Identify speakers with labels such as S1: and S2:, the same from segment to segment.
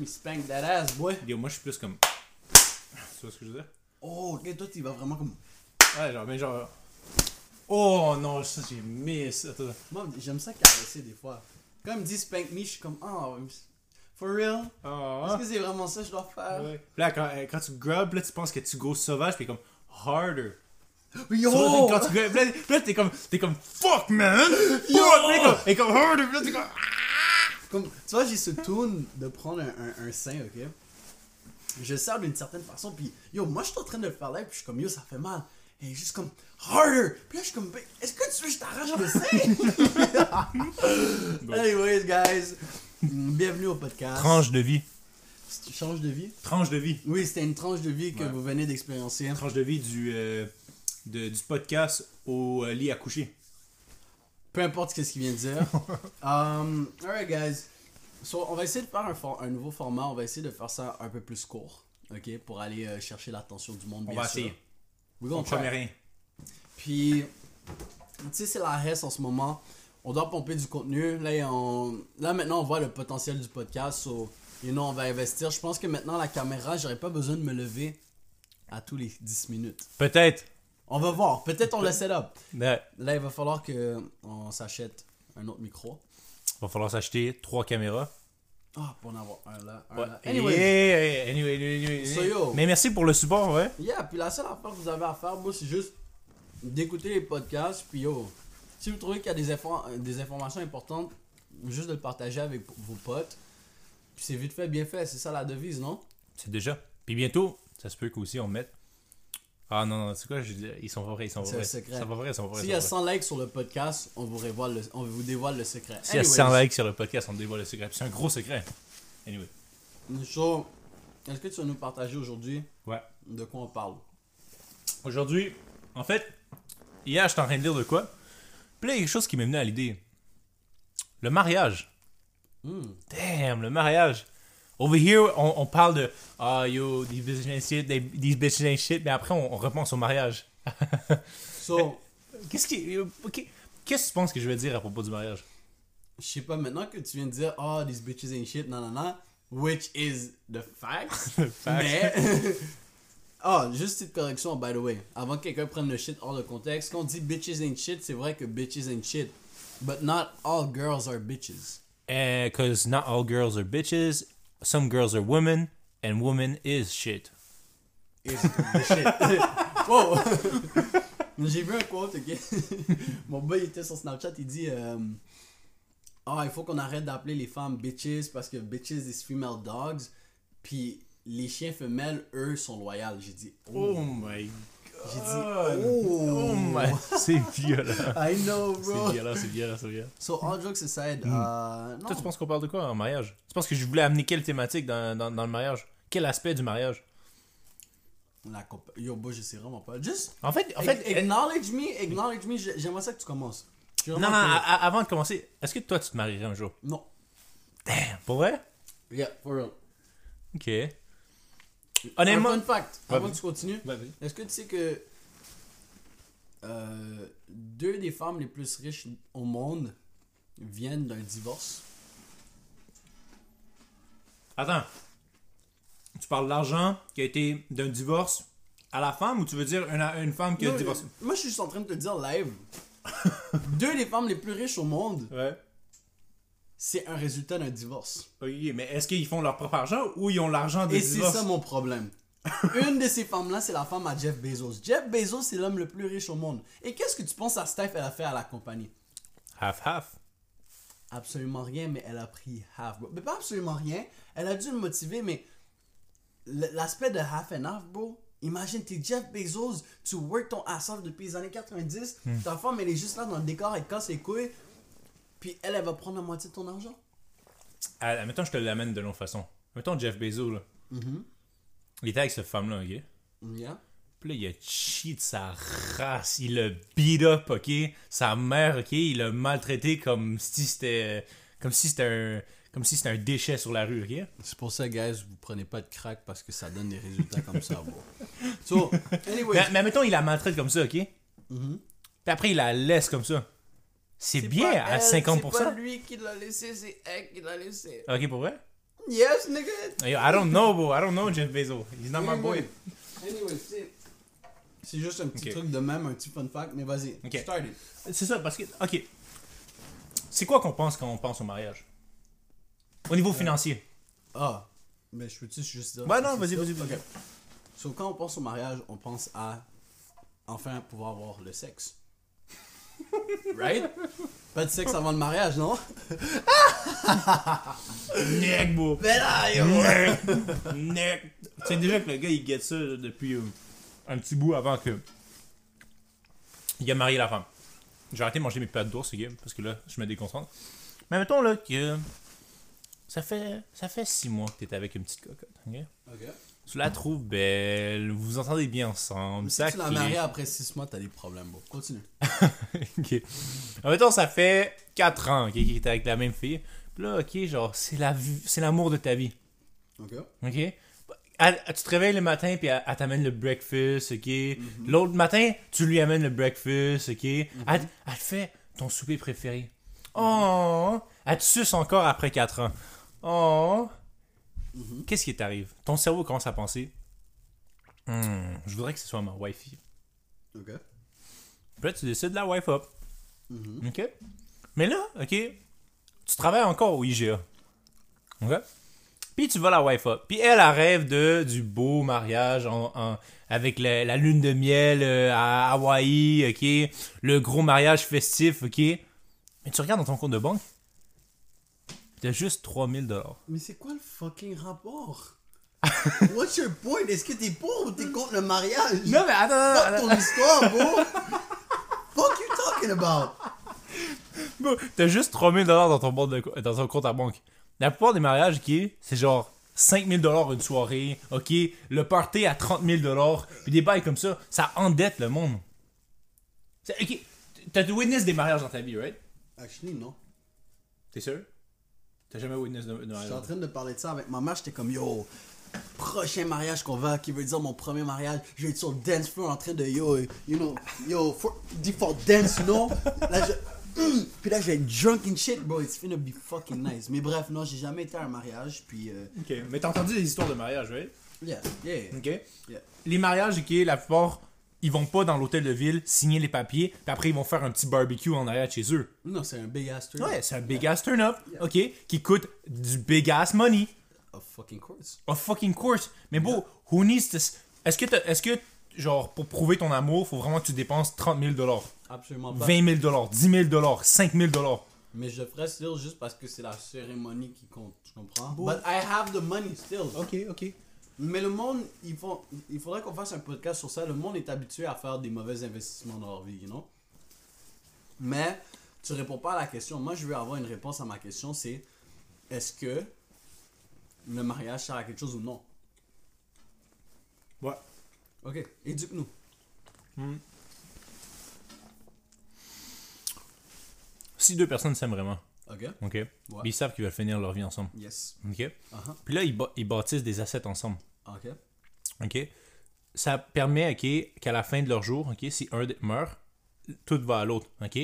S1: il spank that ass, boy.
S2: Yo, moi, je suis plus comme. Tu vois ce que je veux dire?
S3: Oh, ok, toi, tu vas vraiment comme.
S2: Ouais, genre, mais genre. Oh non, ça, j'ai miss. Attends, attends.
S3: Moi, j'aime ça caresser des fois. Quand il me dit spank me, je suis comme, oh, for real?
S2: Ah,
S3: Est-ce que c'est vraiment ça que je dois faire?
S2: ouais. Puis là, quand, euh, quand tu grubs, là, tu penses que tu go sauvage, puis comme harder.
S3: Yo!
S2: Tu vois, Quand tu grubs, là, là, t'es comme, t'es comme fuck man! Fuck! Puis là, comme- Et comme harder, puis là, t'es comme.
S3: Comme, tu vois, j'ai ce tourne de prendre un, un, un sein, ok? Je sers d'une certaine façon, puis yo, moi je suis en train de le faire là, puis je suis comme yo, ça fait mal. Et juste comme harder! Puis là, je suis comme, Ben, est-ce que tu veux que je t'arrache le sein? Anyways, guys, bienvenue au podcast.
S2: Tranche de vie.
S3: Tu changes de vie?
S2: Tranche de vie.
S3: Oui, c'était une tranche de vie que
S2: Ouais.
S3: vous venez d'expérimenter.
S2: Tranche de vie du, euh, de- du podcast au euh, lit à coucher.
S3: Peu importe ce qu'il vient de dire. um, Alright, guys. So, on va essayer de faire un, for- un nouveau format. On va essayer de faire ça un peu plus court. OK? Pour aller euh, chercher l'attention du monde,
S2: On
S3: bien
S2: va
S3: sûr.
S2: essayer.
S3: We're
S2: On
S3: gonna try.
S2: promet rien.
S3: Puis, tu sais, c'est la reste en ce moment. On doit pomper du contenu. Là, on... Là maintenant, on voit le potentiel du podcast. So, you know, on va investir. Je pense que maintenant, la caméra, j'aurais pas besoin de me lever à tous les 10 minutes.
S2: Peut-être.
S3: On va voir. Peut-être on le set up.
S2: Ouais.
S3: Là, il va falloir que on s'achète un autre micro.
S2: Va falloir s'acheter trois caméras.
S3: Ah, pour en avoir un là, un
S2: Ouais.
S3: là.
S2: Anyway.
S3: Anyway.
S2: anyway, anyway,
S3: So,
S2: anyway.
S3: yo.
S2: Mais merci pour le support, ouais.
S3: Yeah, puis la seule affaire que vous avez à faire, moi, c'est juste d'écouter les podcasts. Puis yo, si vous trouvez qu'il y a des, infos- euh, des informations importantes, juste de le partager avec p- vos potes. Puis c'est vite fait, bien fait, c'est ça la devise, non?
S2: C'est déjà. Puis bientôt, ça se peut qu'aussi on mette. Ah non, non, c'est quoi je dis- Ils sont vrais, ils sont
S3: C'est
S2: vrais.
S3: un secret.
S2: Ça va vrai, ils sont vrais.
S3: S'il
S2: ils
S3: y a
S2: sont vrais.
S3: 100 likes sur le podcast, on vous, révoile le- on vous dévoile le secret.
S2: S'il y a
S3: Anyways,
S2: 100 likes sur le podcast, on dévoile le secret. Puis C'est un gros secret. Anyway.
S3: Michaud, est-ce que tu vas nous partager aujourd'hui
S2: Ouais.
S3: de quoi on parle?
S2: Aujourd'hui, en fait, hier, j'étais en train de lire de quoi. Puis là, il y a quelque chose qui m'est venu à l'idée. Le mariage.
S3: Hmm.
S2: Damn, le mariage. Over here, on, on parle de Ah yo, these bitches ain't shit, they- these bitches ain't shit, mais après, on, on repense au mariage.
S3: So,
S2: Qu'est-ce qui. euh, ok. Qu'est-ce que tu penses que je vais dire à propos du mariage
S3: Je sais pas, maintenant que tu viens de dire, oh, these bitches ain't shit, non, non, non, which is the facts. mais. Ah, juste petite correction, by the way. Avant que quelqu'un prenne le shit hors de contexte, quand on dit bitches ain't shit, c'est vrai que bitches ain't shit. But not all girls are bitches.
S2: Because Eh, not all girls are bitches, some girls are women, and woman is shit.
S3: It's the shit. wow! J'ai vu un quote, ok? Mon boy il était sur Snapchat, il dit. euh, Ah, il faut qu'on arrête d'appeler les femmes bitches parce que bitches is female dogs. Puis les chiens femelles, eux, sont loyales. J'ai dit.
S2: Oh my
S3: J'ai dit.
S2: God.
S3: Oh,
S2: my. C'est violent.
S3: I know,
S2: C'est
S3: bro.
S2: violent, c'est violent, c'est violent.
S3: So, all jokes aside, euh, non.
S2: Toi, tu penses qu'on parle de quoi en mariage Tu penses que je voulais amener quelle thématique dans, dans, dans le mariage Quel aspect du mariage
S3: La compa- Yo, boy, je sais vraiment pas. Juste.
S2: En fait, en
S3: En
S2: fait, eh,
S3: fait, acknowledge me, acknowledge me. J'ai- J'aimerais ça que tu commences. Je suis
S2: non, ah, non,
S3: vraiment curieux.
S2: a- a- avant de commencer, est-ce que toi, tu te marierais un jour
S3: Non.
S2: Pour vrai
S3: Yeah, for real.
S2: Ok.
S3: Un
S2: Honnêtement.
S3: fun fact,
S2: Ouais,
S3: avant
S2: vas-y.
S3: que tu continues, est-ce que tu sais que euh, deux des femmes les plus riches au monde viennent d'un divorce
S2: Attends. Tu parles d'argent qui a été d'un divorce à la femme ou tu veux dire une, une femme qui a
S3: Non, euh,
S2: divorcé
S3: Moi, je suis juste en train de te dire live. deux des femmes les plus riches au monde,
S2: Ouais.
S3: c'est un résultat d'un divorce.
S2: Ok, mais est-ce qu'ils font leur propre argent ou ils ont l'argent des
S3: Et c'est
S2: divorces
S3: ça mon problème. Une de ces femmes-là, c'est la femme à Jeff Bezos. Jeff Bezos, c'est l'homme le plus riche au monde. Et qu'est-ce que tu penses à Steph, elle a fait à la compagnie
S2: Half half.
S3: absolument rien, mais elle a pris half, bro. Mais pas absolument rien. Elle a dû me motiver, mais l- l'aspect de half and half, bro. Imagine, t'es Jeff Bezos, tu work ton ass off depuis les années 90,
S2: Hmm.
S3: ta femme, elle est juste là dans le décor, elle te casse les couilles, puis elle, elle va prendre la moitié de ton argent.
S2: Ah, mettons, je te l'amène de l'autre façon. Mettons Jeff Bezos, là.
S3: Mm-hmm.
S2: Il était avec cette femme-là, ok?
S3: Yeah.
S2: Puis là, il a cheat sa race. Il l'a beat up, ok? Sa mère, ok? Il l'a maltraité comme si c'était. Comme si c'était un. Comme si c'était un déchet sur la rue, ok?
S3: C'est pour ça, guys, vous prenez pas de crack parce que ça donne des résultats comme ça, bro. So, anyway,
S2: Mais, mais mettons, il la maltraite comme ça, ok? Puis après, il la laisse comme ça. Mm-hmm. C'est bien à 50%.
S3: lui qui l'a laissé, c'est elle qui l'a laissé.
S2: Ok, pour vrai?
S3: Yes, nigga.
S2: Yo, I don't know, bro. I don't know Jeff Bezos. He's not my
S3: Anyway,
S2: Ah, boy.
S3: Anyway, c'est. C'est juste un petit
S2: Ok.
S3: truc de même, un petit fun fact, mais vas-y,
S2: Ok.
S3: start it.
S2: C'est ça, parce que. Ok. C'est quoi qu'on pense quand on pense au mariage Au niveau financier.
S3: Ah, mais je peux-tu juste dire.
S2: Euh. Ouais, Bah non, vas-y,
S3: Ok.
S2: vas-y, vas-y.
S3: So, quand on pense au mariage, on pense à enfin pouvoir avoir le sexe. right? Pas de sexe avant le mariage, non?
S2: Nec, bro.
S3: Mais là, yo!
S2: Nec. Nec. C'est déjà que le gars, il guette ça depuis euh, un petit bout avant que. Il a marié la femme. J'ai arrêté de manger mes pâtes d'ours, les gars, parce que là, je me déconcentre. Mais mettons, là, que. Ça fait, ça fait six mois que t'es avec une petite cocotte, ok?
S3: Ok.
S2: Tu la trouves belle, vous vous entendez bien ensemble,
S3: Si
S2: ça
S3: tu l'as
S2: clique.
S3: marié après 6 mois, t'as des problèmes, bon. Continue.
S2: ok. En même temps, ça fait 4 ans ok, qu'il est avec la même fille. Puis là, ok, genre, c'est la vie- c'est l'amour de ta vie.
S3: Ok.
S2: Ok? Elle- elle- tu te réveilles le matin, puis elle, elle t'amène le breakfast, ok? L'autre matin, tu lui amènes le breakfast, ok? elle, elle te fait ton souper préféré. Oh! Elle te suce encore après 4 ans. Oh! Qu'est-ce qui t'arrive? Ton cerveau commence à penser. Hmm, je voudrais que ce soit ma wifi.
S3: Ok.
S2: Puis là, tu décides de la wife up. OK? Mais là, OK, tu travailles encore au IGA. OK? Puis tu vas la wife up. Puis elle, elle rêve de, du beau mariage en, en- avec la, la lune de miel euh, à Hawaï, OK? Le gros mariage festif, OK? Mais tu regardes dans ton compte de banque, t'as juste 3000 dollars.
S3: Mais c'est quoi le fucking rapport? What's your point? Est-ce que t'es pour ou t'es contre le mariage?
S2: Non, mais attends,
S3: Fuck ton histoire, bro! Fuck you talking about?
S2: Bon, T'as juste 3000 dollars dans ton, bord de co- dans ton compte à banque. La plupart des mariages, ok, c'est genre 5000 dollars une soirée, ok, le party à 30 000 dollars, puis des bails comme ça, ça endette le monde. C'est- Ok, t'as du witness des mariages dans ta vie, right?
S3: Actually, non.
S2: T'es sûr? T'as jamais witness de, de
S3: Je
S2: mariage?
S3: suis en train de parler de ça avec ma mère, j'étais comme yo, prochain mariage qu'on va, qui veut dire mon premier mariage, je vais être sur le dance floor en train de yo, you know, yo, for, default dance, non? Là, je, hum, puis là, je vais être drunk and shit, bro, it's gonna be fucking nice. Mais bref, non, j'ai jamais été à un mariage, puis euh,
S2: Ok, mais t'as entendu des histoires de mariage, right?
S3: yeah, yeah,
S2: Ok.
S3: yeah.
S2: Les mariages, ok, la plupart, ils vont pas dans l'hôtel de ville signer les papiers, puis après ils vont faire un petit barbecue en arrière de chez eux.
S3: Non, c'est un big ass turn.
S2: Ouais, c'est un big ass turn up, ok, qui coûte du big ass money.
S3: Of fucking course.
S2: Of fucking course. Mais bon, who needs this? Est-ce que, t'as- est-ce que, genre, pour prouver ton amour, faut vraiment que tu dépenses 30 000 dollars,
S3: Absolument pas.
S2: 20 000 dollars, 10 000 dollars, 5 000 dollars?
S3: Mais je ferais still juste parce que c'est la cérémonie qui compte, tu comprends? But I have the money still.
S2: Ok, ok.
S3: Mais le monde, ils font- il faudrait qu'on fasse un podcast sur ça. Le monde est habitué à faire des mauvais investissements dans leur vie, you know? Mais tu réponds pas à la question. Moi, je veux avoir une réponse à ma question, c'est est-ce que le mariage sert à quelque chose ou non?
S2: Ouais.
S3: Ok, éduque-nous.
S2: Si deux personnes s'aiment vraiment,
S3: Ok?
S2: ok, puis ils savent qu'ils veulent finir leur vie ensemble,
S3: Yes.
S2: ok,
S3: Uh-huh.
S2: puis là, ils, ba- ils bâtissent des assets ensemble,
S3: Ok.
S2: ok, ça permet, ok, qu'à la fin de leur jour, ok, si un d- meurt, tout va à l'autre, ok,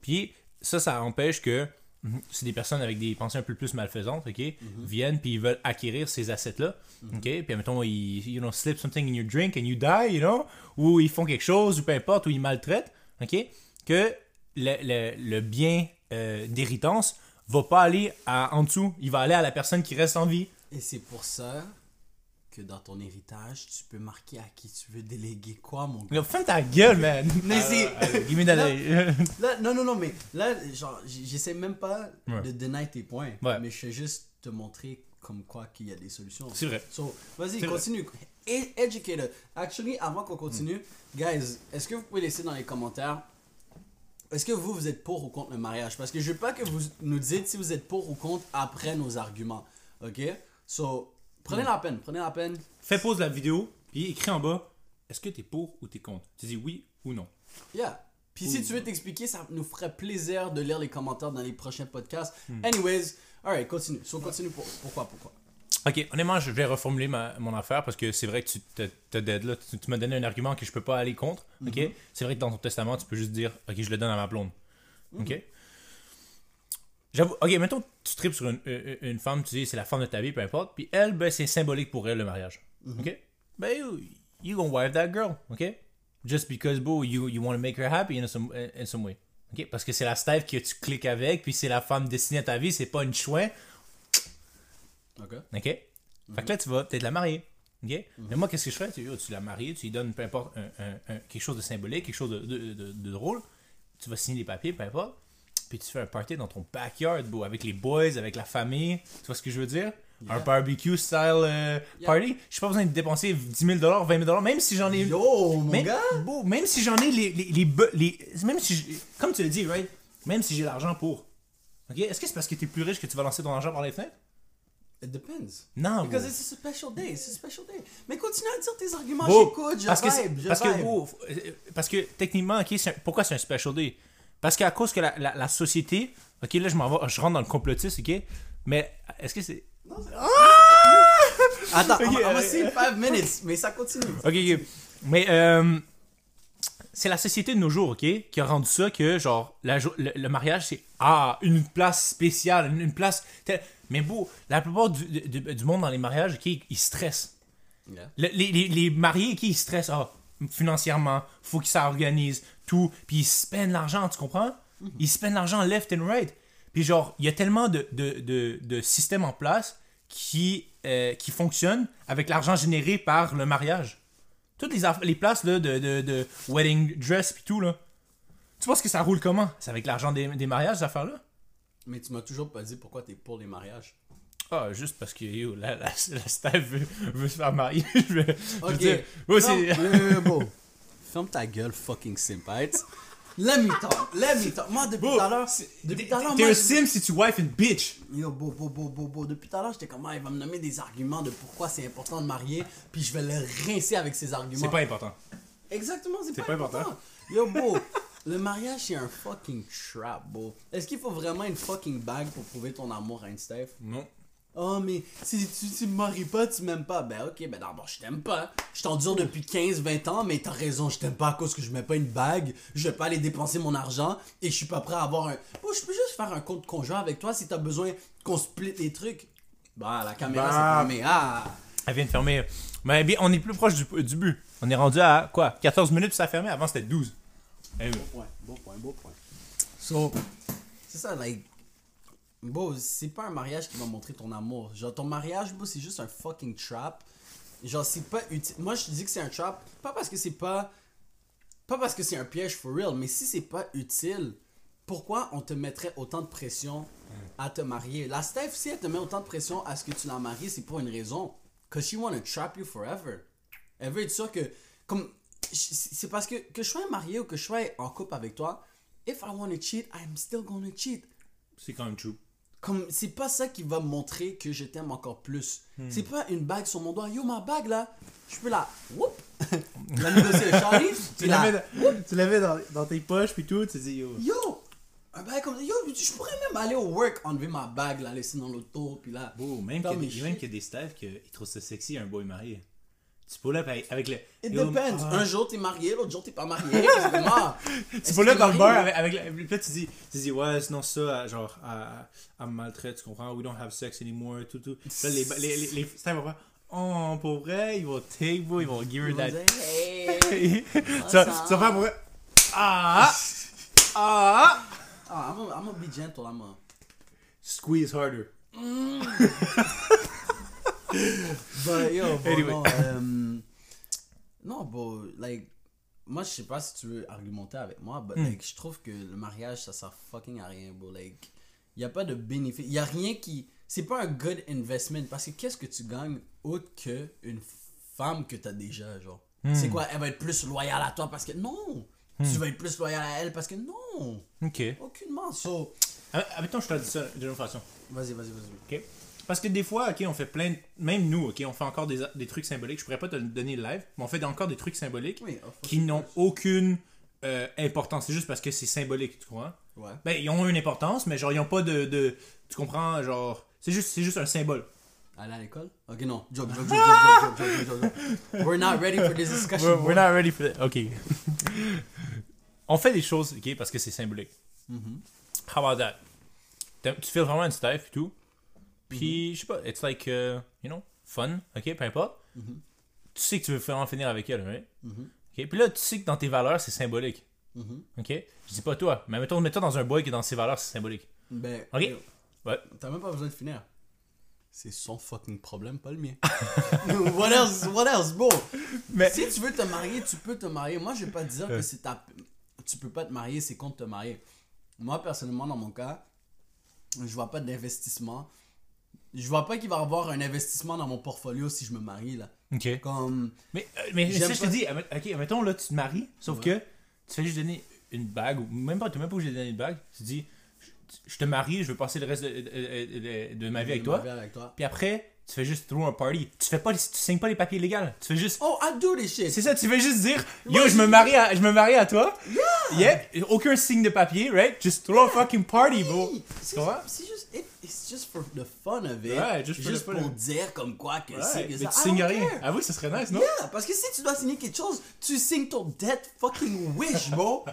S2: puis ça, ça empêche que mhm, si des personnes avec des pensées un peu plus malfaisantes, ok, viennent puis ils veulent acquérir ces assets-là, ok, puis mettons ils, you know, slip something in your drink and you die, you know, ou ils font quelque chose ou peu importe, ou ils maltraitent, ok, que le, le- le bien euh, d'héritance va pas aller à, en dessous, il va aller à la personne qui reste en vie.
S3: Et c'est pour ça que dans ton héritage, tu peux marquer à qui tu veux déléguer quoi, mon gars.
S2: Yo, Ferme ta gueule, man! Euh,
S3: Mais c'est-
S2: Allez, give me that-
S3: Là, non, non, non, mais là, genre, j- j'essaie même pas
S2: Ouais.
S3: de deny tes points.
S2: Ouais.
S3: Mais je fais juste te montrer comme quoi qu'il y a des solutions.
S2: C'est vrai.
S3: So, vas-y,
S2: C'est vrai.
S3: continue. E- Educator. Actually, avant qu'on continue, guys, est-ce que vous pouvez laisser dans les commentaires, est-ce que vous, vous êtes pour ou contre le mariage? Parce que je veux pas que vous nous dites si vous êtes pour ou contre après nos arguments. OK? So,
S2: Mm.
S3: prenez la peine, prenez la peine.
S2: Fais pause la vidéo, puis écris en bas est-ce que t'es pour ou t'es contre Tu dis oui ou non.
S3: Yeah. Puis si tu veux t'expliquer, ça nous ferait plaisir de lire les commentaires dans les prochains podcasts.
S2: Hmm.
S3: Anyways, alright, continue. So, continue pour, pourquoi, pourquoi.
S2: Ok, honnêtement, je vais reformuler ma- mon affaire parce que c'est vrai que tu te, te dead là. Tu, tu m'as donné un argument que je peux pas aller contre. Ok, c'est vrai que dans ton testament, tu peux juste dire ok, je le donne à ma blonde. Ok, J'avoue, ok, mettons que tu tripes sur une, une- une femme, tu dis c'est la femme de ta vie, peu importe, puis elle, ben, c'est symbolique pour elle le mariage. Ok? Ben, you, you gonna wife that girl, ok? Just because, boo, you, you wanna make her happy in some, in some way. Ok? Parce que c'est la stève que tu cliques avec, puis c'est la femme destinée à ta vie, c'est pas une chouin,
S3: Ok.
S2: OK? Fait que là, tu vas peut-être la marier. OK? Mais moi, qu'est-ce que je fais? Tu, tu la maries, tu lui donnes, peu importe, un- un- un- quelque chose de symbolique, quelque chose de, de- de- de drôle. Tu vas signer les papiers, peu importe. Puis tu fais un party dans ton backyard, beau, avec les boys, avec la famille. Tu vois ce que je veux dire? Un barbecue style euh, party. J'ai pas besoin de dépenser 10 000 20 000 même si j'en ai.
S3: Yo, mon
S2: même,
S3: gars!
S2: beau, même si j'en ai les, les, les be- les- Même si. j'ai- Comme tu le dis, right? Même si j'ai l'argent pour. OK? Est-ce que c'est parce que t'es plus riche que tu vas lancer ton argent par les fenêtres?
S3: It depends.
S2: Non,
S3: Because
S2: bro.
S3: it's a special day, it's a special day. Mais continue à dire tes arguments,
S2: Bro,
S3: j'écoute, je
S2: parce que c'est-
S3: vibe, je
S2: parce que,
S3: vibe.
S2: bro, f- euh, parce que techniquement, ok, c'est un- pourquoi c'est un special day? Parce qu'à cause que la, la- la société, ok, là je m'en vais, je rentre dans le complotisme, ok, mais est-ce que c'est.
S3: Attends, on
S2: Ok,
S3: va- on va
S2: euh,
S3: see 5 minutes, mais ça continue.
S2: Ok, ok. Mais euh, c'est la société de nos jours, ok, qui a rendu ça que, genre, la jo- le, le mariage, c'est ah, une place spéciale, une, une place. telle- Mais beau, la plupart du, du- du monde dans les mariages, ok, ils stressent.
S3: Yeah.
S2: Le- les, les, les mariés qui ils stressent ah, financièrement, faut qu'ils s'organisent, tout, puis ils spendent l'argent, tu comprends? Ils spendent l'argent left and right. Puis genre, il y a tellement de, de, de, de systèmes en place qui, euh, qui fonctionnent avec l'argent généré par le mariage. Toutes les, aff- les places là, de, de, de wedding dress puis tout, là. Tu penses que ça roule comment? C'est avec l'argent des, des mariages, ces affaires-là?
S3: Mais tu m'as toujours pas dit pourquoi t'es pour les mariages.
S2: Ah, juste parce que yo, la, la, la staff veut, veut se faire marier. je veux, je veux
S3: Ok.
S2: dire, moi,
S3: Non,
S2: c'est-
S3: euh, bon. Ferme ta gueule, fucking simpite. Let me talk, let me talk. Moi, depuis tout à l'heure, depuis tout à l'heure,
S2: T'es
S3: moi,
S2: un
S3: je-
S2: sim si tu wife une bitch.
S3: Yo, beau, beau, beau, beau, beau. Depuis tout à l'heure, j'étais comme, ah, il va me nommer des arguments de pourquoi c'est important de marier, puis je vais le rincer avec ses arguments.
S2: C'est pas important.
S3: Exactement, c'est pas,
S2: pas
S3: important.
S2: important.
S3: Yo, beau, le mariage, c'est un fucking trap, beau. Est-ce qu'il faut vraiment une fucking bague pour prouver ton amour à une Steph?
S2: Non.
S3: Oh, mais si tu, tu me maries pas, tu m'aimes pas. Ben, ok, ben d'abord, je t'aime pas. Je t'endure depuis 15-20 ans, mais t'as raison, je t'aime pas à cause que je mets pas une bague. Je vais pas aller dépenser mon argent et je suis pas prêt à avoir un. Bon, je peux juste faire un compte conjoint avec toi si t'as besoin qu'on split les trucs. Bah, la caméra, c'est
S2: Bah.
S3: fermé. Ah!
S2: Elle vient de fermer. Mais bien, on est plus proche du, du but. On est rendu à quoi 14 minutes puis ça a fermé. Avant, c'était 12. Eh oui.
S3: point, beau point, beau point. So, c'est ça, like. Beau, c'est pas un mariage qui va montrer ton amour. Genre, ton mariage, beau, c'est juste un fucking trap. Genre, c'est pas utile. Moi, je dis que c'est un trap, pas parce que c'est pas. Pas parce que c'est un piège for real, mais si c'est pas utile, pourquoi on te mettrait autant de pression à te marier La Steph, si elle te met autant de pression à ce que tu la maries, c'est pour une raison. Cause she wanna trap you forever. Elle veut être sûre que. Comme. C'est parce que que je sois marié ou que je sois en couple avec toi, if I wanna cheat, I'm still gonna cheat
S2: C'est quand même true.
S3: comme c'est pas ça qui va montrer que je t'aime encore plus.
S2: Hmm.
S3: C'est pas une bague sur mon doigt. Yo, ma bague là, je peux la whoop, la négocier avec Charlie. puis la-
S2: tu l'avais dans, tes poches puis tout. Tu dis yo.
S3: Yo, un bague comme ça. Yo, je pourrais même aller au work, enlever ma bague, la laisser dans l'auto, puis là.
S2: même
S3: Dans
S2: qu'il
S3: mes
S2: y a, même
S3: shit.
S2: qu'il y a des staffs qui trouvent ça sexy un boy marié. Tu peux là avec, avec le.
S3: It
S2: Yo,
S3: depends.
S2: ah.
S3: Un jour t'es marié, l'autre jour t'es pas marié. puis c'est mort.
S2: Tu
S3: Est-ce
S2: vas là
S3: que
S2: dans le
S3: t'es
S2: bar
S3: marié?
S2: avec, avec la- puis là tu dis, tu dis ouais sinon ça euh, genre à, à me maltraite tu comprends we don't have sex anymore tout tout Puis là les ba- les les, les Stan vont faire oh pour vrai ils vont take bro ils vont give her
S3: Ils vont
S2: that
S3: dire, Ah, hey.
S2: tu, vas, tu vas faire pour vrai ah ah
S3: Ah, I'm gonna- I'm gonna be gentle, I'm gonna-
S2: squeeze harder
S3: But yo, bro,
S2: Anyway.
S3: non, euh, non, bro, like, moi, je sais pas si tu veux argumenter avec moi, but like, je trouve que le mariage, ça sert fucking à rien, bro. Like, y a pas de bénéfice, y a rien qui, c'est pas un good investment parce que qu'est-ce que tu gagnes autre que une femme que t'as déjà, genre. C'est quoi, elle va être plus loyale à toi parce que non, tu vas être plus loyal à elle parce que non,
S2: ok
S3: aucunement. So,
S2: Ah, admettons je te dis ça d'une autre façon
S3: vas-y, vas-y, vas-y.
S2: OK? Parce que des fois, OK, on fait plein de... Même nous, OK, on fait encore des, des trucs symboliques. Je pourrais pas te le donner le live, mais on fait encore des trucs symboliques
S3: Oui, of course,
S2: qui
S3: of
S2: n'ont
S3: course.
S2: aucune euh, importance. C'est juste parce que c'est symbolique, tu comprends?
S3: Ouais.
S2: Ben, ils ont une importance, mais genre, ils ont pas de... de- tu comprends? Genre, c'est juste, c'est juste un symbole.
S3: Aller à l'école? Ok, non. Joke, joke, joke, joke, joke, joke, joke, joke, joke. We're not ready for this discussion. bro.
S2: not ready for that. OK. on fait des choses, OK, parce que c'est symbolique. How about that? t'as- tu fais vraiment une stève et tout. Puis, je sais pas, it's like, euh, you know, fun, ok, peu importe. Tu sais que tu veux vraiment finir avec elle, right? Ok, Puis là, tu sais que dans tes valeurs, c'est symbolique.
S3: Mhm.
S2: Ok? Je dis pas toi, mais mettons, mettons dans un boy qui est dans ses valeurs, c'est symbolique.
S3: Ben,
S2: Ok.
S3: yo,
S2: Ouais.
S3: t'as même pas besoin de finir. C'est son fucking problème, pas le mien. what else, what else, bro?
S2: Mais-
S3: Si tu veux te marier, tu peux te marier. Moi, je vais pas te dire que c'est ta... Tu peux pas te marier, c'est contre te marier. Moi, personnellement, dans mon cas, je vois pas d'investissement. Je vois pas qu'il va y avoir un investissement dans mon portfolio si je me marie, là.
S2: Ok.
S3: Comme...
S2: Mais, euh, mais
S3: J'aime
S2: si je te
S3: pas-
S2: dis, admet- ok, mettons là, tu te maries, sauf que tu fais juste donner une bague, ou même pas, tu même pas obligé de donner une bague, tu dis, je- je te marie, je veux passer le reste de, de- de- de ma vie avec
S3: je
S2: toi,
S3: me marie avec toi.
S2: puis après, tu fais juste throw un party, tu fais pas, les- tu signes pas les papiers légaux, tu fais juste,
S3: Oh, I do this shit!
S2: c'est ça, tu fais juste dire, yo, je me marie à, je me marie à toi, yeah, aucun signe de papier, right, just throw a fucking party, bro.
S3: Oui, Ah, c'est-
S2: Comment?
S3: C'est juste, it- it's just for the fun of it.
S2: Ouais, just for the
S3: juste
S2: fun
S3: pour
S2: of it.
S3: dire comme quoi que c'est
S2: Ouais,
S3: que
S2: mais
S3: ça.
S2: tu
S3: I
S2: signes
S3: don't
S2: rien.
S3: care.
S2: Avoue, ça serait nice, non?
S3: Yeah, parce que si tu dois signer quelque chose, tu signes ton dead fucking wish, bro.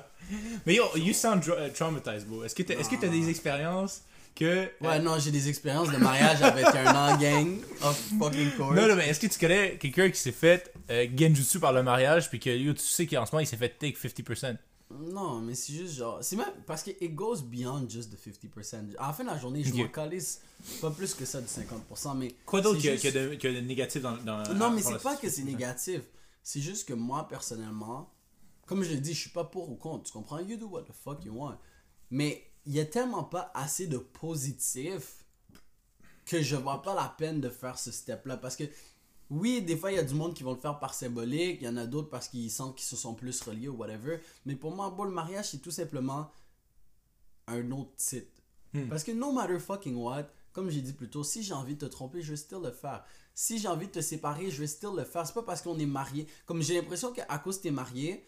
S2: Mais yo, you sound dra- euh, traumatized, bro. Est-ce que t'as, est-ce que t'as des expériences que.
S3: ouais, non, j'ai des expériences de mariage avec un non-gang of fucking course.
S2: Non, non, mais est-ce que tu connais quelqu'un qui s'est fait euh, genjutsu par le mariage, puis que yo, tu sais qu'en ce moment, il s'est fait take 50%?
S3: Non, mais c'est juste genre. C'est même parce que it goes beyond just the 50%. À la fin de la journée, je
S2: Ok.
S3: m'en calisse pas plus que ça du 50%. Mais
S2: Quoi d'autre
S3: c'est
S2: qu'il y, a-
S3: juste-
S2: qu'il y a de- qu'il y a de négatif dans. dans
S3: Non, mais
S2: dans euh, la
S3: c'est pas que c'est
S2: société?
S3: négatif. C'est juste que moi, personnellement, comme je l'ai dit, je suis pas pour ou contre. Tu comprends? You do what the fuck you want. Mais il y a tellement pas assez de positif que je vois pas la peine de faire ce step-là. Parce que, oui, des fois, il y a du monde qui vont le faire par symbolique. Il y en a d'autres parce qu'ils sentent qu'ils se sont plus reliés ou whatever. Mais pour moi, bon, le mariage, c'est tout simplement un autre titre.
S2: Mm.
S3: Parce que no matter fucking what, comme j'ai dit plus tôt, si j'ai envie de te tromper, je vais still le faire. Si j'ai envie de te séparer, je vais still le faire. C'est pas parce qu'on est marié. Comme j'ai l'impression qu'à cause que t'es marié,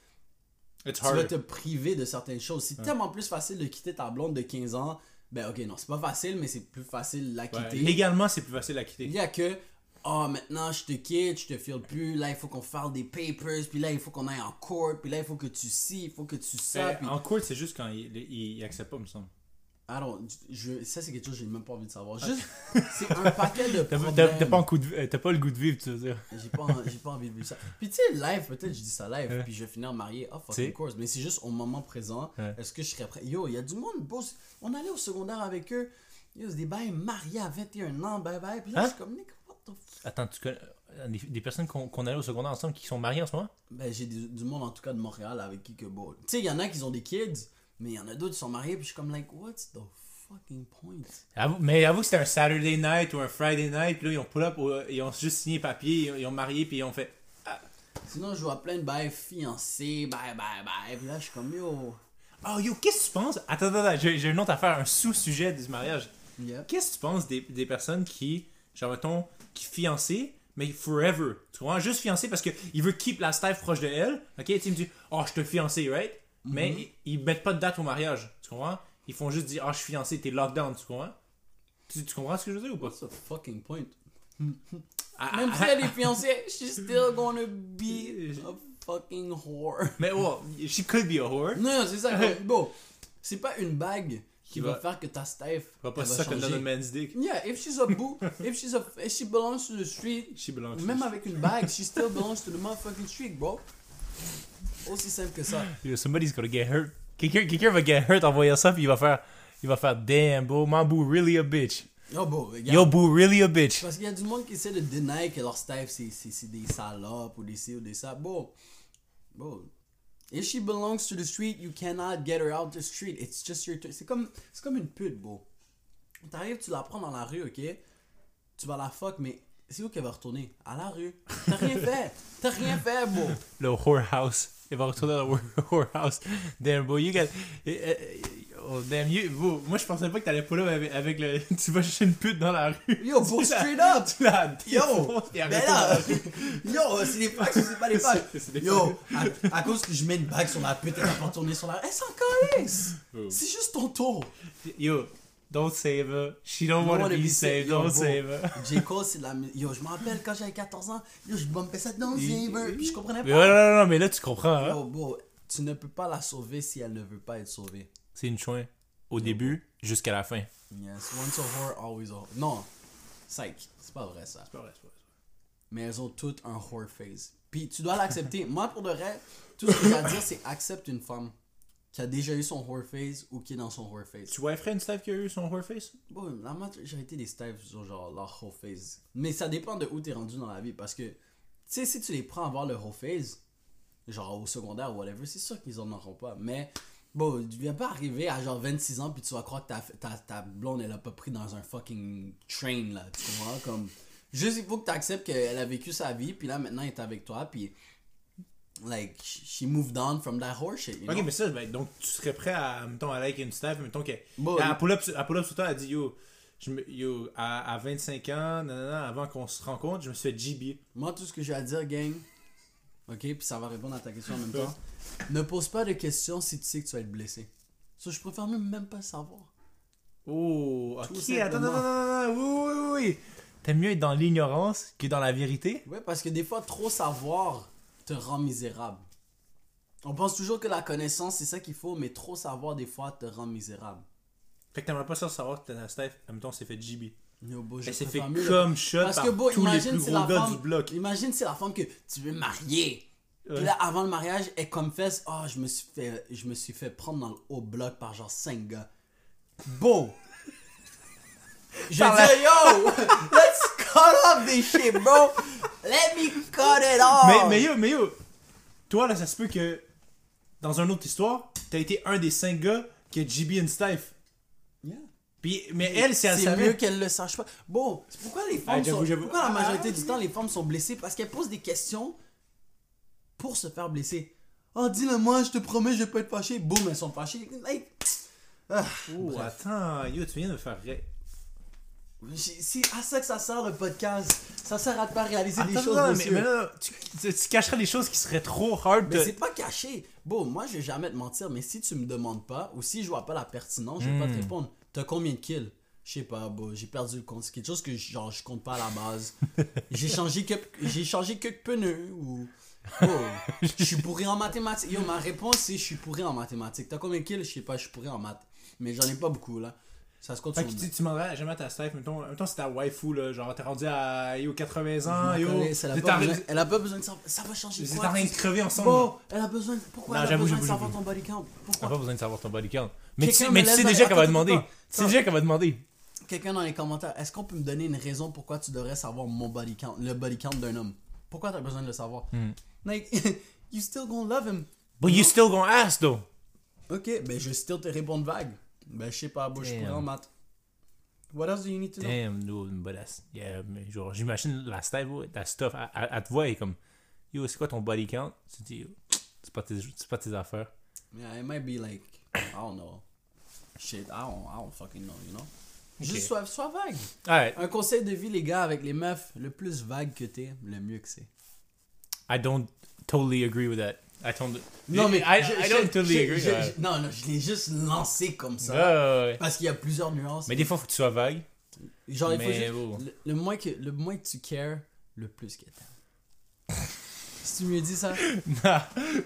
S2: It's
S3: tu vas
S2: harder.
S3: te priver de certaines choses. C'est tellement plus facile de quitter ta blonde de 15 ans. Ben ok, non, c'est pas facile, mais c'est plus facile de la
S2: Ouais,
S3: quitter.
S2: Légalement, c'est plus facile à quitter.
S3: Il y a que, ah, maintenant je te quitte, je te file plus, là il faut qu'on fasse des papers, puis là il faut qu'on aille en court, puis là il faut que tu ci, il faut que tu ça.
S2: Euh,
S3: puis-
S2: En court, c'est juste quand il, il, il accepte pas, me semble.
S3: Ah non, je, ça c'est quelque chose que j'ai même pas envie de savoir. Juste, c'est un paquet de
S2: Ah. T'as,
S3: problèmes.
S2: t'as- t'as pas, en coup de- euh, t'as pas le goût de vivre, tu veux dire.
S3: J'ai pas, en- j'ai pas envie de vivre ça. Puis tu sais, live, peut-être je dis ça live,
S2: Ouais.
S3: puis je vais finir marié. Oh,
S2: Tu sais.
S3: fucking course. Mais c'est juste au moment présent,
S2: Ouais.
S3: est-ce que je serais prêt Yo, il y a du monde, beau. On allait au secondaire avec eux. Yo, c'est des bails mariés à 21 ans, bye bye. Puis là,
S2: Hein?
S3: je suis comme, Nick, what the fuck
S2: Attends, tu connais euh, des, des personnes qu'on, qu'on allait au secondaire ensemble qui sont mariées en ce moment
S3: Ben, j'ai du, du monde, en tout cas, de Montréal avec qui que beau. Tu sais, il y en a qui ont des kids, mais il y en a d'autres qui sont mariés, puis je suis comme, like, what's the fucking point
S2: Avoue- Mais avoue que c'était un Saturday night ou un Friday night, puis là, ils ont pull up, au- ils ont juste signé papier, ils ont, ils ont marié, puis ils ont fait.
S3: Sinon, je vois plein de bails fiancés, bye bye bye. Puis là, je suis comme, yo.
S2: Oh yo, qu'est-ce que tu penses Attends, attends, attends, j'ai, j'ai une autre affaire, un sous-sujet du mariage.
S3: Yep.
S2: Qu'est-ce que tu penses des, des personnes qui, genre mettons, qui fiancées, mais forever Tu comprends Juste fiancées parce qu'il veut keep la stève proche de elle. Ok, tu sais, il me dit, oh, je te fiancé, right
S3: Mm-hmm.
S2: Mais ils, ils mettent pas de date au mariage. Tu comprends Ils font juste dire, oh, je suis fiancé, t'es lockdown, tu comprends tu, tu comprends ce que je veux dire ou pas
S3: What's the fucking point
S2: Ah,
S3: Même
S2: ah,
S3: si
S2: ah,
S3: elle est fiancée, she's still gonna be a fucking whore.
S2: Mais ouais, she could be a whore.
S3: Non, non, c'est ça. comme, Bon, c'est pas une bague qui va,
S2: va-
S3: faire que ta Steph
S2: Va pas
S3: elle va
S2: suck another
S3: changer.
S2: man's dick.
S3: Yeah, if she's a boo, if she's a, if she belongs to the street,
S2: She belongs to
S3: même
S2: the-
S3: avec une bague, she still belongs to the motherfucking street, bro. Aussi simple que ça.
S2: Yo, somebody's gonna get hurt. Quelqu'un quelqu'un va get hurt en voyant ça, puis il va faire, il va faire, damn, bro, my boo really a bitch.
S3: Yo, bro, regarde.
S2: Yo, boo really a bitch.
S3: Parce qu'il y a du monde qui essaie de deny que leur Steph, c'est c'est- c'est des salopes ou des ci ou des ça. Bro, bro, if she belongs to the street, you cannot get her out the street. It's just your turn. C'est comme, c'est comme une pute, bro. T'arrives, tu la prends dans la rue, ok? Tu vas la fuck, mais c'est où qu'elle va retourner? À la rue. T'as rien fait. T'as rien fait, bro.
S2: Le whorehouse. Il va retourner dans le whorehouse. Damn, bro, you got. eh, eh, Oh, damn, you. bro, moi, je pensais pas que t'allais pull up avec, avec le. Tu vas chercher une pute dans la rue.
S3: Yo, bro, straight up.
S2: Tu la
S3: Yo!
S2: défonces, puis
S3: Ben
S2: arrête
S3: là!
S2: de-
S3: Yo, c'est des packs ou c'est pas des packs?
S2: C'est- c'est des
S3: Yo, à, à cause que je mets une bague sur la pute, elle va pas tourner sur la. Eh, Elle s'en calisse!
S2: Oh.
S3: C'est juste ton tour!
S2: Yo, don't save her. She don't wanna be saved.
S3: Yo,
S2: Don't
S3: bro,
S2: save her.
S3: J. Cole, c'est de la. mu- Yo, je me rappelle quand j'avais 14 ans, yo, je bumpais ça dans Saver, puis je comprenais
S2: Mais
S3: pas.
S2: ouais, non, non, non, mais là, tu comprends, hein.
S3: Yo, bro, tu ne peux pas la sauver si elle ne veut pas être sauvée.
S2: C'est une chouin. Au début, jusqu'à la fin.
S3: Yes, once a whore, always a whore. Non, psych, c'est pas vrai ça.
S2: C'est pas vrai, c'est pas vrai, c'est pas vrai.
S3: Mais elles ont toutes un whore face. Puis tu dois l'accepter. Moi, pour de vrai, tout ce que j'ai à dire, c'est accepte une femme qui a déjà eu son whore face ou qui est dans son whore face.
S2: Tu vois Fred Steve qui a eu son whoreface?
S3: Bon, la majorité des styles sont genre leur whole phase. Mais ça dépend de où t'es rendu dans la vie parce que, tu sais, si tu les prends à voir le whole phase, genre au secondaire ou whatever, c'est sûr qu'ils en auront pas. Mais bon, tu viens pas arriver à genre 26 ans puis tu vas croire que ta, ta, ta blonde elle a pas pris dans un fucking train là, tu comprends? Comme, juste il faut que t'acceptes qu'elle a vécu sa vie puis là maintenant elle est avec toi puis. Like, she moved on from that whore shit, you
S2: Ok,
S3: know?
S2: mais ça, ben, donc tu serais prêt à, mettons, à liker une staff, mettons que.
S3: Bon,
S2: à
S3: il-
S2: pull up, à pull up sur toi, elle dit yo, je me, yo à, à 25 ans, nanana, avant qu'on se rencontre, je me suis fait GB.
S3: Moi, tout ce que j'ai à dire, gang, ok, puis ça va répondre à ta question en même temps. Ne pose pas de questions si tu sais que tu vas être blessé. Ça, je préfère même, même pas savoir.
S2: Oh,
S3: Tout
S2: ok,
S3: simplement.
S2: attends, non, non, non, non, oui, oui, oui. T'aimes mieux être dans l'ignorance que dans la vérité?
S3: Ouais, parce que des fois, trop savoir te rend misérable. On pense toujours que la connaissance, c'est ça qu'il faut, mais trop savoir, des fois, te rend misérable.
S2: Fait que t'aimerais pas ça savoir que ta staff, mettons, s'est fait GB.
S3: Yo, beau, je
S2: Elle s'est Ben, fait
S3: préfère mieux le-
S2: comme shot
S3: Parce
S2: par
S3: que, beau,
S2: tous les
S3: imagine,
S2: plus
S3: c'est
S2: gros
S3: la
S2: gars
S3: femme...
S2: du bloc.
S3: Imagine, c'est la femme que tu veux marier. Puis là, avant le mariage, elle confesse Oh, je me suis fait, je me suis fait prendre dans le haut bloc par genre 5 gars. Beau! Je dis
S2: Par la-
S3: Yo! Let's cut off this shit, bro! Let me cut it off!
S2: Mais, mais yo, mais yo, toi là, ça se peut que dans une autre histoire, t'as été un des cinq gars qui a GB and Steph.
S3: Yeah.
S2: Puis, mais elle, si elle
S3: C'est mieux
S2: savait.
S3: qu'elle le sache pas. Bon, c'est pourquoi les femmes
S2: Ah, j'avoue,
S3: sont-
S2: j'avoue.
S3: Pourquoi la majorité
S2: Ah,
S3: du temps les femmes sont blessées Parce qu'elles posent des questions pour se faire blesser. Oh, dis-le moi, je te promets, je vais pas être fâché. Boum, elles sont fâchées. Like, ah,
S2: Oh,
S3: bref.
S2: attends, yo, tu viens de me faire ré-
S3: J'ai- C'est à ça que ça sert le podcast. Ça sert à te faire réaliser des
S2: Attends,
S3: choses,
S2: non, mais,
S3: monsieur.
S2: mais non, non, tu, tu- tu cacherais des choses qui seraient trop hard.
S3: Mais
S2: de-
S3: c'est pas caché. Bon, moi, je vais jamais te mentir, mais si tu me demandes pas ou si je vois pas la pertinence, je vais pas
S2: Hmm.
S3: te répondre. T'as combien de kills Je sais pas, bon, j'ai perdu le compte. C'est quelque chose que genre, je compte pas à la base. j'ai changé que j'ai changé que de pneus ou. Bon, je suis pourri en mathématiques. Yo, ma réponse c'est je suis pourri en mathématiques. T'as combien de kills Je sais pas, je suis pourri en maths. Mais j'en ai pas beaucoup là. Ça se compte
S2: Fait
S3: sur
S2: que
S3: une-
S2: tu, tu demanderais jamais à ta Steph, mettons, mettons c'est ta waifu, là, genre t'es rendu à yo, 80 ans,
S3: Ma
S2: yo.
S3: connaisse, elle, a
S2: t'es
S3: pas
S2: en-
S3: besoin, elle a pas besoin de savoir. Ça va changer
S2: Vous êtes
S3: quoi
S2: en train de
S3: tu-
S2: crever ensemble.
S3: Bon, elle a besoin. Pourquoi
S2: Non,
S3: elle a
S2: j'avoue,
S3: besoin de
S2: j'avoue,
S3: savoir ton
S2: j'avoue. Ah,
S3: body count
S2: T'as
S3: Pourquoi
S2: pas besoin de savoir ton body count. Mais tu,
S3: Quelqu'un
S2: mais
S3: me
S2: tu sais
S3: lève la-
S2: déjà qu'elle va
S3: attends,
S2: demander.
S3: attends,
S2: Tu sais déjà qu'elle va demander.
S3: Quelqu'un dans les commentaires, est-ce qu'on peut me donner une raison pourquoi tu devrais savoir mon body count, le body count d'un homme Pourquoi t'as besoin de le savoir
S2: Hmm.
S3: Like, you still gonna love him.
S2: But you still gonna ask though.
S3: Ok, ben je vais still te répondre vague. Ben je sais pas, bon, je
S2: Damn.
S3: pourrais en maths. What else do you need to know
S2: Damn, dude, but that's- yeah, mais genre, j'imagine la Steph, ouais, la stuff, elle, elle- elle te voit et comme, yo, c'est quoi ton body count? Tu dis, yo, c'est pas tes, c'est pas tes affaires.
S3: Yeah, it might be like, I don't know. Shit, I don't, I don't fucking know, you know Juste sois, sois vague.
S2: Alright,
S3: Un conseil de vie, les gars, avec les meufs, le plus vague que t'es, le mieux que c'est.
S2: I don't totally agree with that. I don't,
S3: Non, mais
S2: I,
S3: je-
S2: I
S3: je-
S2: don't totally
S3: je-
S2: agree uh,
S3: je-
S2: with that.
S3: je- non, non, je l'ai juste lancé comme ça.
S2: Ouais, ouais, ouais.
S3: Parce qu'il y a plusieurs nuances.
S2: Mais des fois, faut que tu sois vague.
S3: Genre, il faut
S2: mais oh.
S3: juste-
S2: bon.
S3: le, le moins que, le moins que tu cares, le plus que t'aimes. si tu mieux dis ça,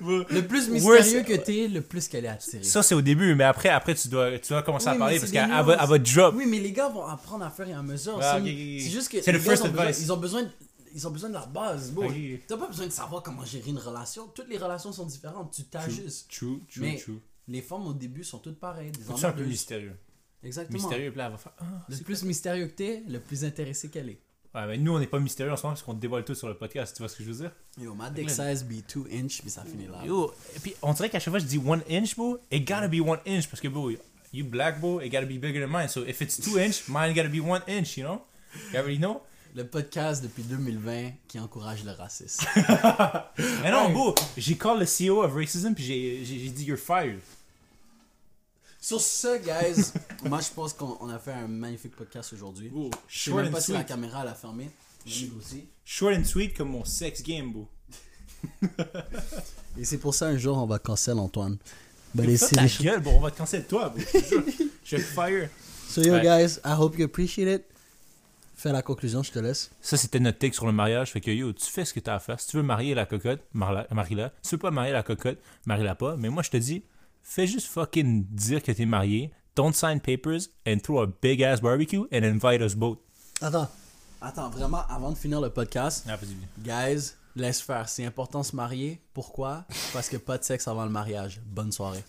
S3: le plus mystérieux
S2: Worst-
S3: que t'es, le plus qu'elle est attirée.
S2: Ça, c'est au début, mais après, après tu, dois, tu dois commencer
S3: Oui,
S2: à
S3: mais
S2: parler
S3: c'est
S2: parce
S3: des
S2: qu'elle elle
S3: nuances.
S2: va, elle va drop.
S3: Oui, mais les gars vont apprendre à faire et à mesure.
S2: Ah,
S3: c'est
S2: ok, ok, ok.
S3: c'est juste que
S2: C'est
S3: les
S2: le
S3: gars
S2: first
S3: ont besoin-
S2: advice.
S3: ils ont besoin de- ils ont besoin de la base. Bon,
S2: Ok, ok.
S3: T'as pas besoin de savoir comment gérer une relation. Toutes les relations sont différentes. Tu t'ajustes.
S2: True, true,
S3: Mais-
S2: true.
S3: Les femmes au début sont toutes pareilles. Des
S2: Faut que tu sois un peu
S3: emmerdeuses.
S2: mystérieux.
S3: Exactement.
S2: Mystérieux, puis là, elle va faire. Ah,
S3: Le
S2: c'est-
S3: plus mystérieux que t'es, le plus intéressé qu'elle est.
S2: Ouais, mais nous, on n'est pas mystérieux en ce moment parce qu'on dévoile tout sur le podcast. Tu vois ce que je veux dire?
S3: Yo, ma dick size be 2 inch, mais ça finit là.
S2: Yo, et puis on dirait qu'à chaque fois je dis one inch, bro, it gotta be one inch parce que, bro, you black, bro, it gotta be bigger than mine. So if it's two inch, mine gotta be one inch, you know? You already know?
S3: Le podcast depuis 2020 qui encourage le racisme.
S2: Mais non, bro, j'ai call le CEO of racism puis j'ai j'ai- j'ai dit you're fired.
S3: Sur ce, guys, moi je pense qu'on on a fait un magnifique podcast aujourd'hui.
S2: Bro,
S3: Je sais
S2: short
S3: même
S2: and
S3: pas si la
S2: sweet.
S3: caméra elle a fermé. Mon amigo aussi.
S2: Short and sweet comme mon sex game, bro.
S3: Et c'est pour ça un jour on va cancel Antoine. But
S2: Yo,
S3: it's
S2: ça, ta
S3: silly. shit.
S2: gueule, bro, on va te cancel toi, bro. je te jure. Je vais te fire.
S3: So yo
S2: Ouais.
S3: guys, I hope you appreciate it. Fais la conclusion, je te laisse.
S2: Ça, c'était notre take sur le mariage. Fait que yo, tu fais ce que t'as à faire. Si tu veux marier la cocotte, marie-la. marie-la. Si tu veux pas marier la cocotte, marie-la pas. Mais moi, je te dis, fais juste fucking dire que t'es marié. don't sign papers and throw a big ass barbecue and invite us both.
S1: Attends.
S3: Attends, vraiment, avant de finir le podcast,
S2: Ah, vas-y.
S3: guys, laisse faire. C'est important de se marier. Pourquoi Parce que pas de sexe avant le mariage. Bonne soirée.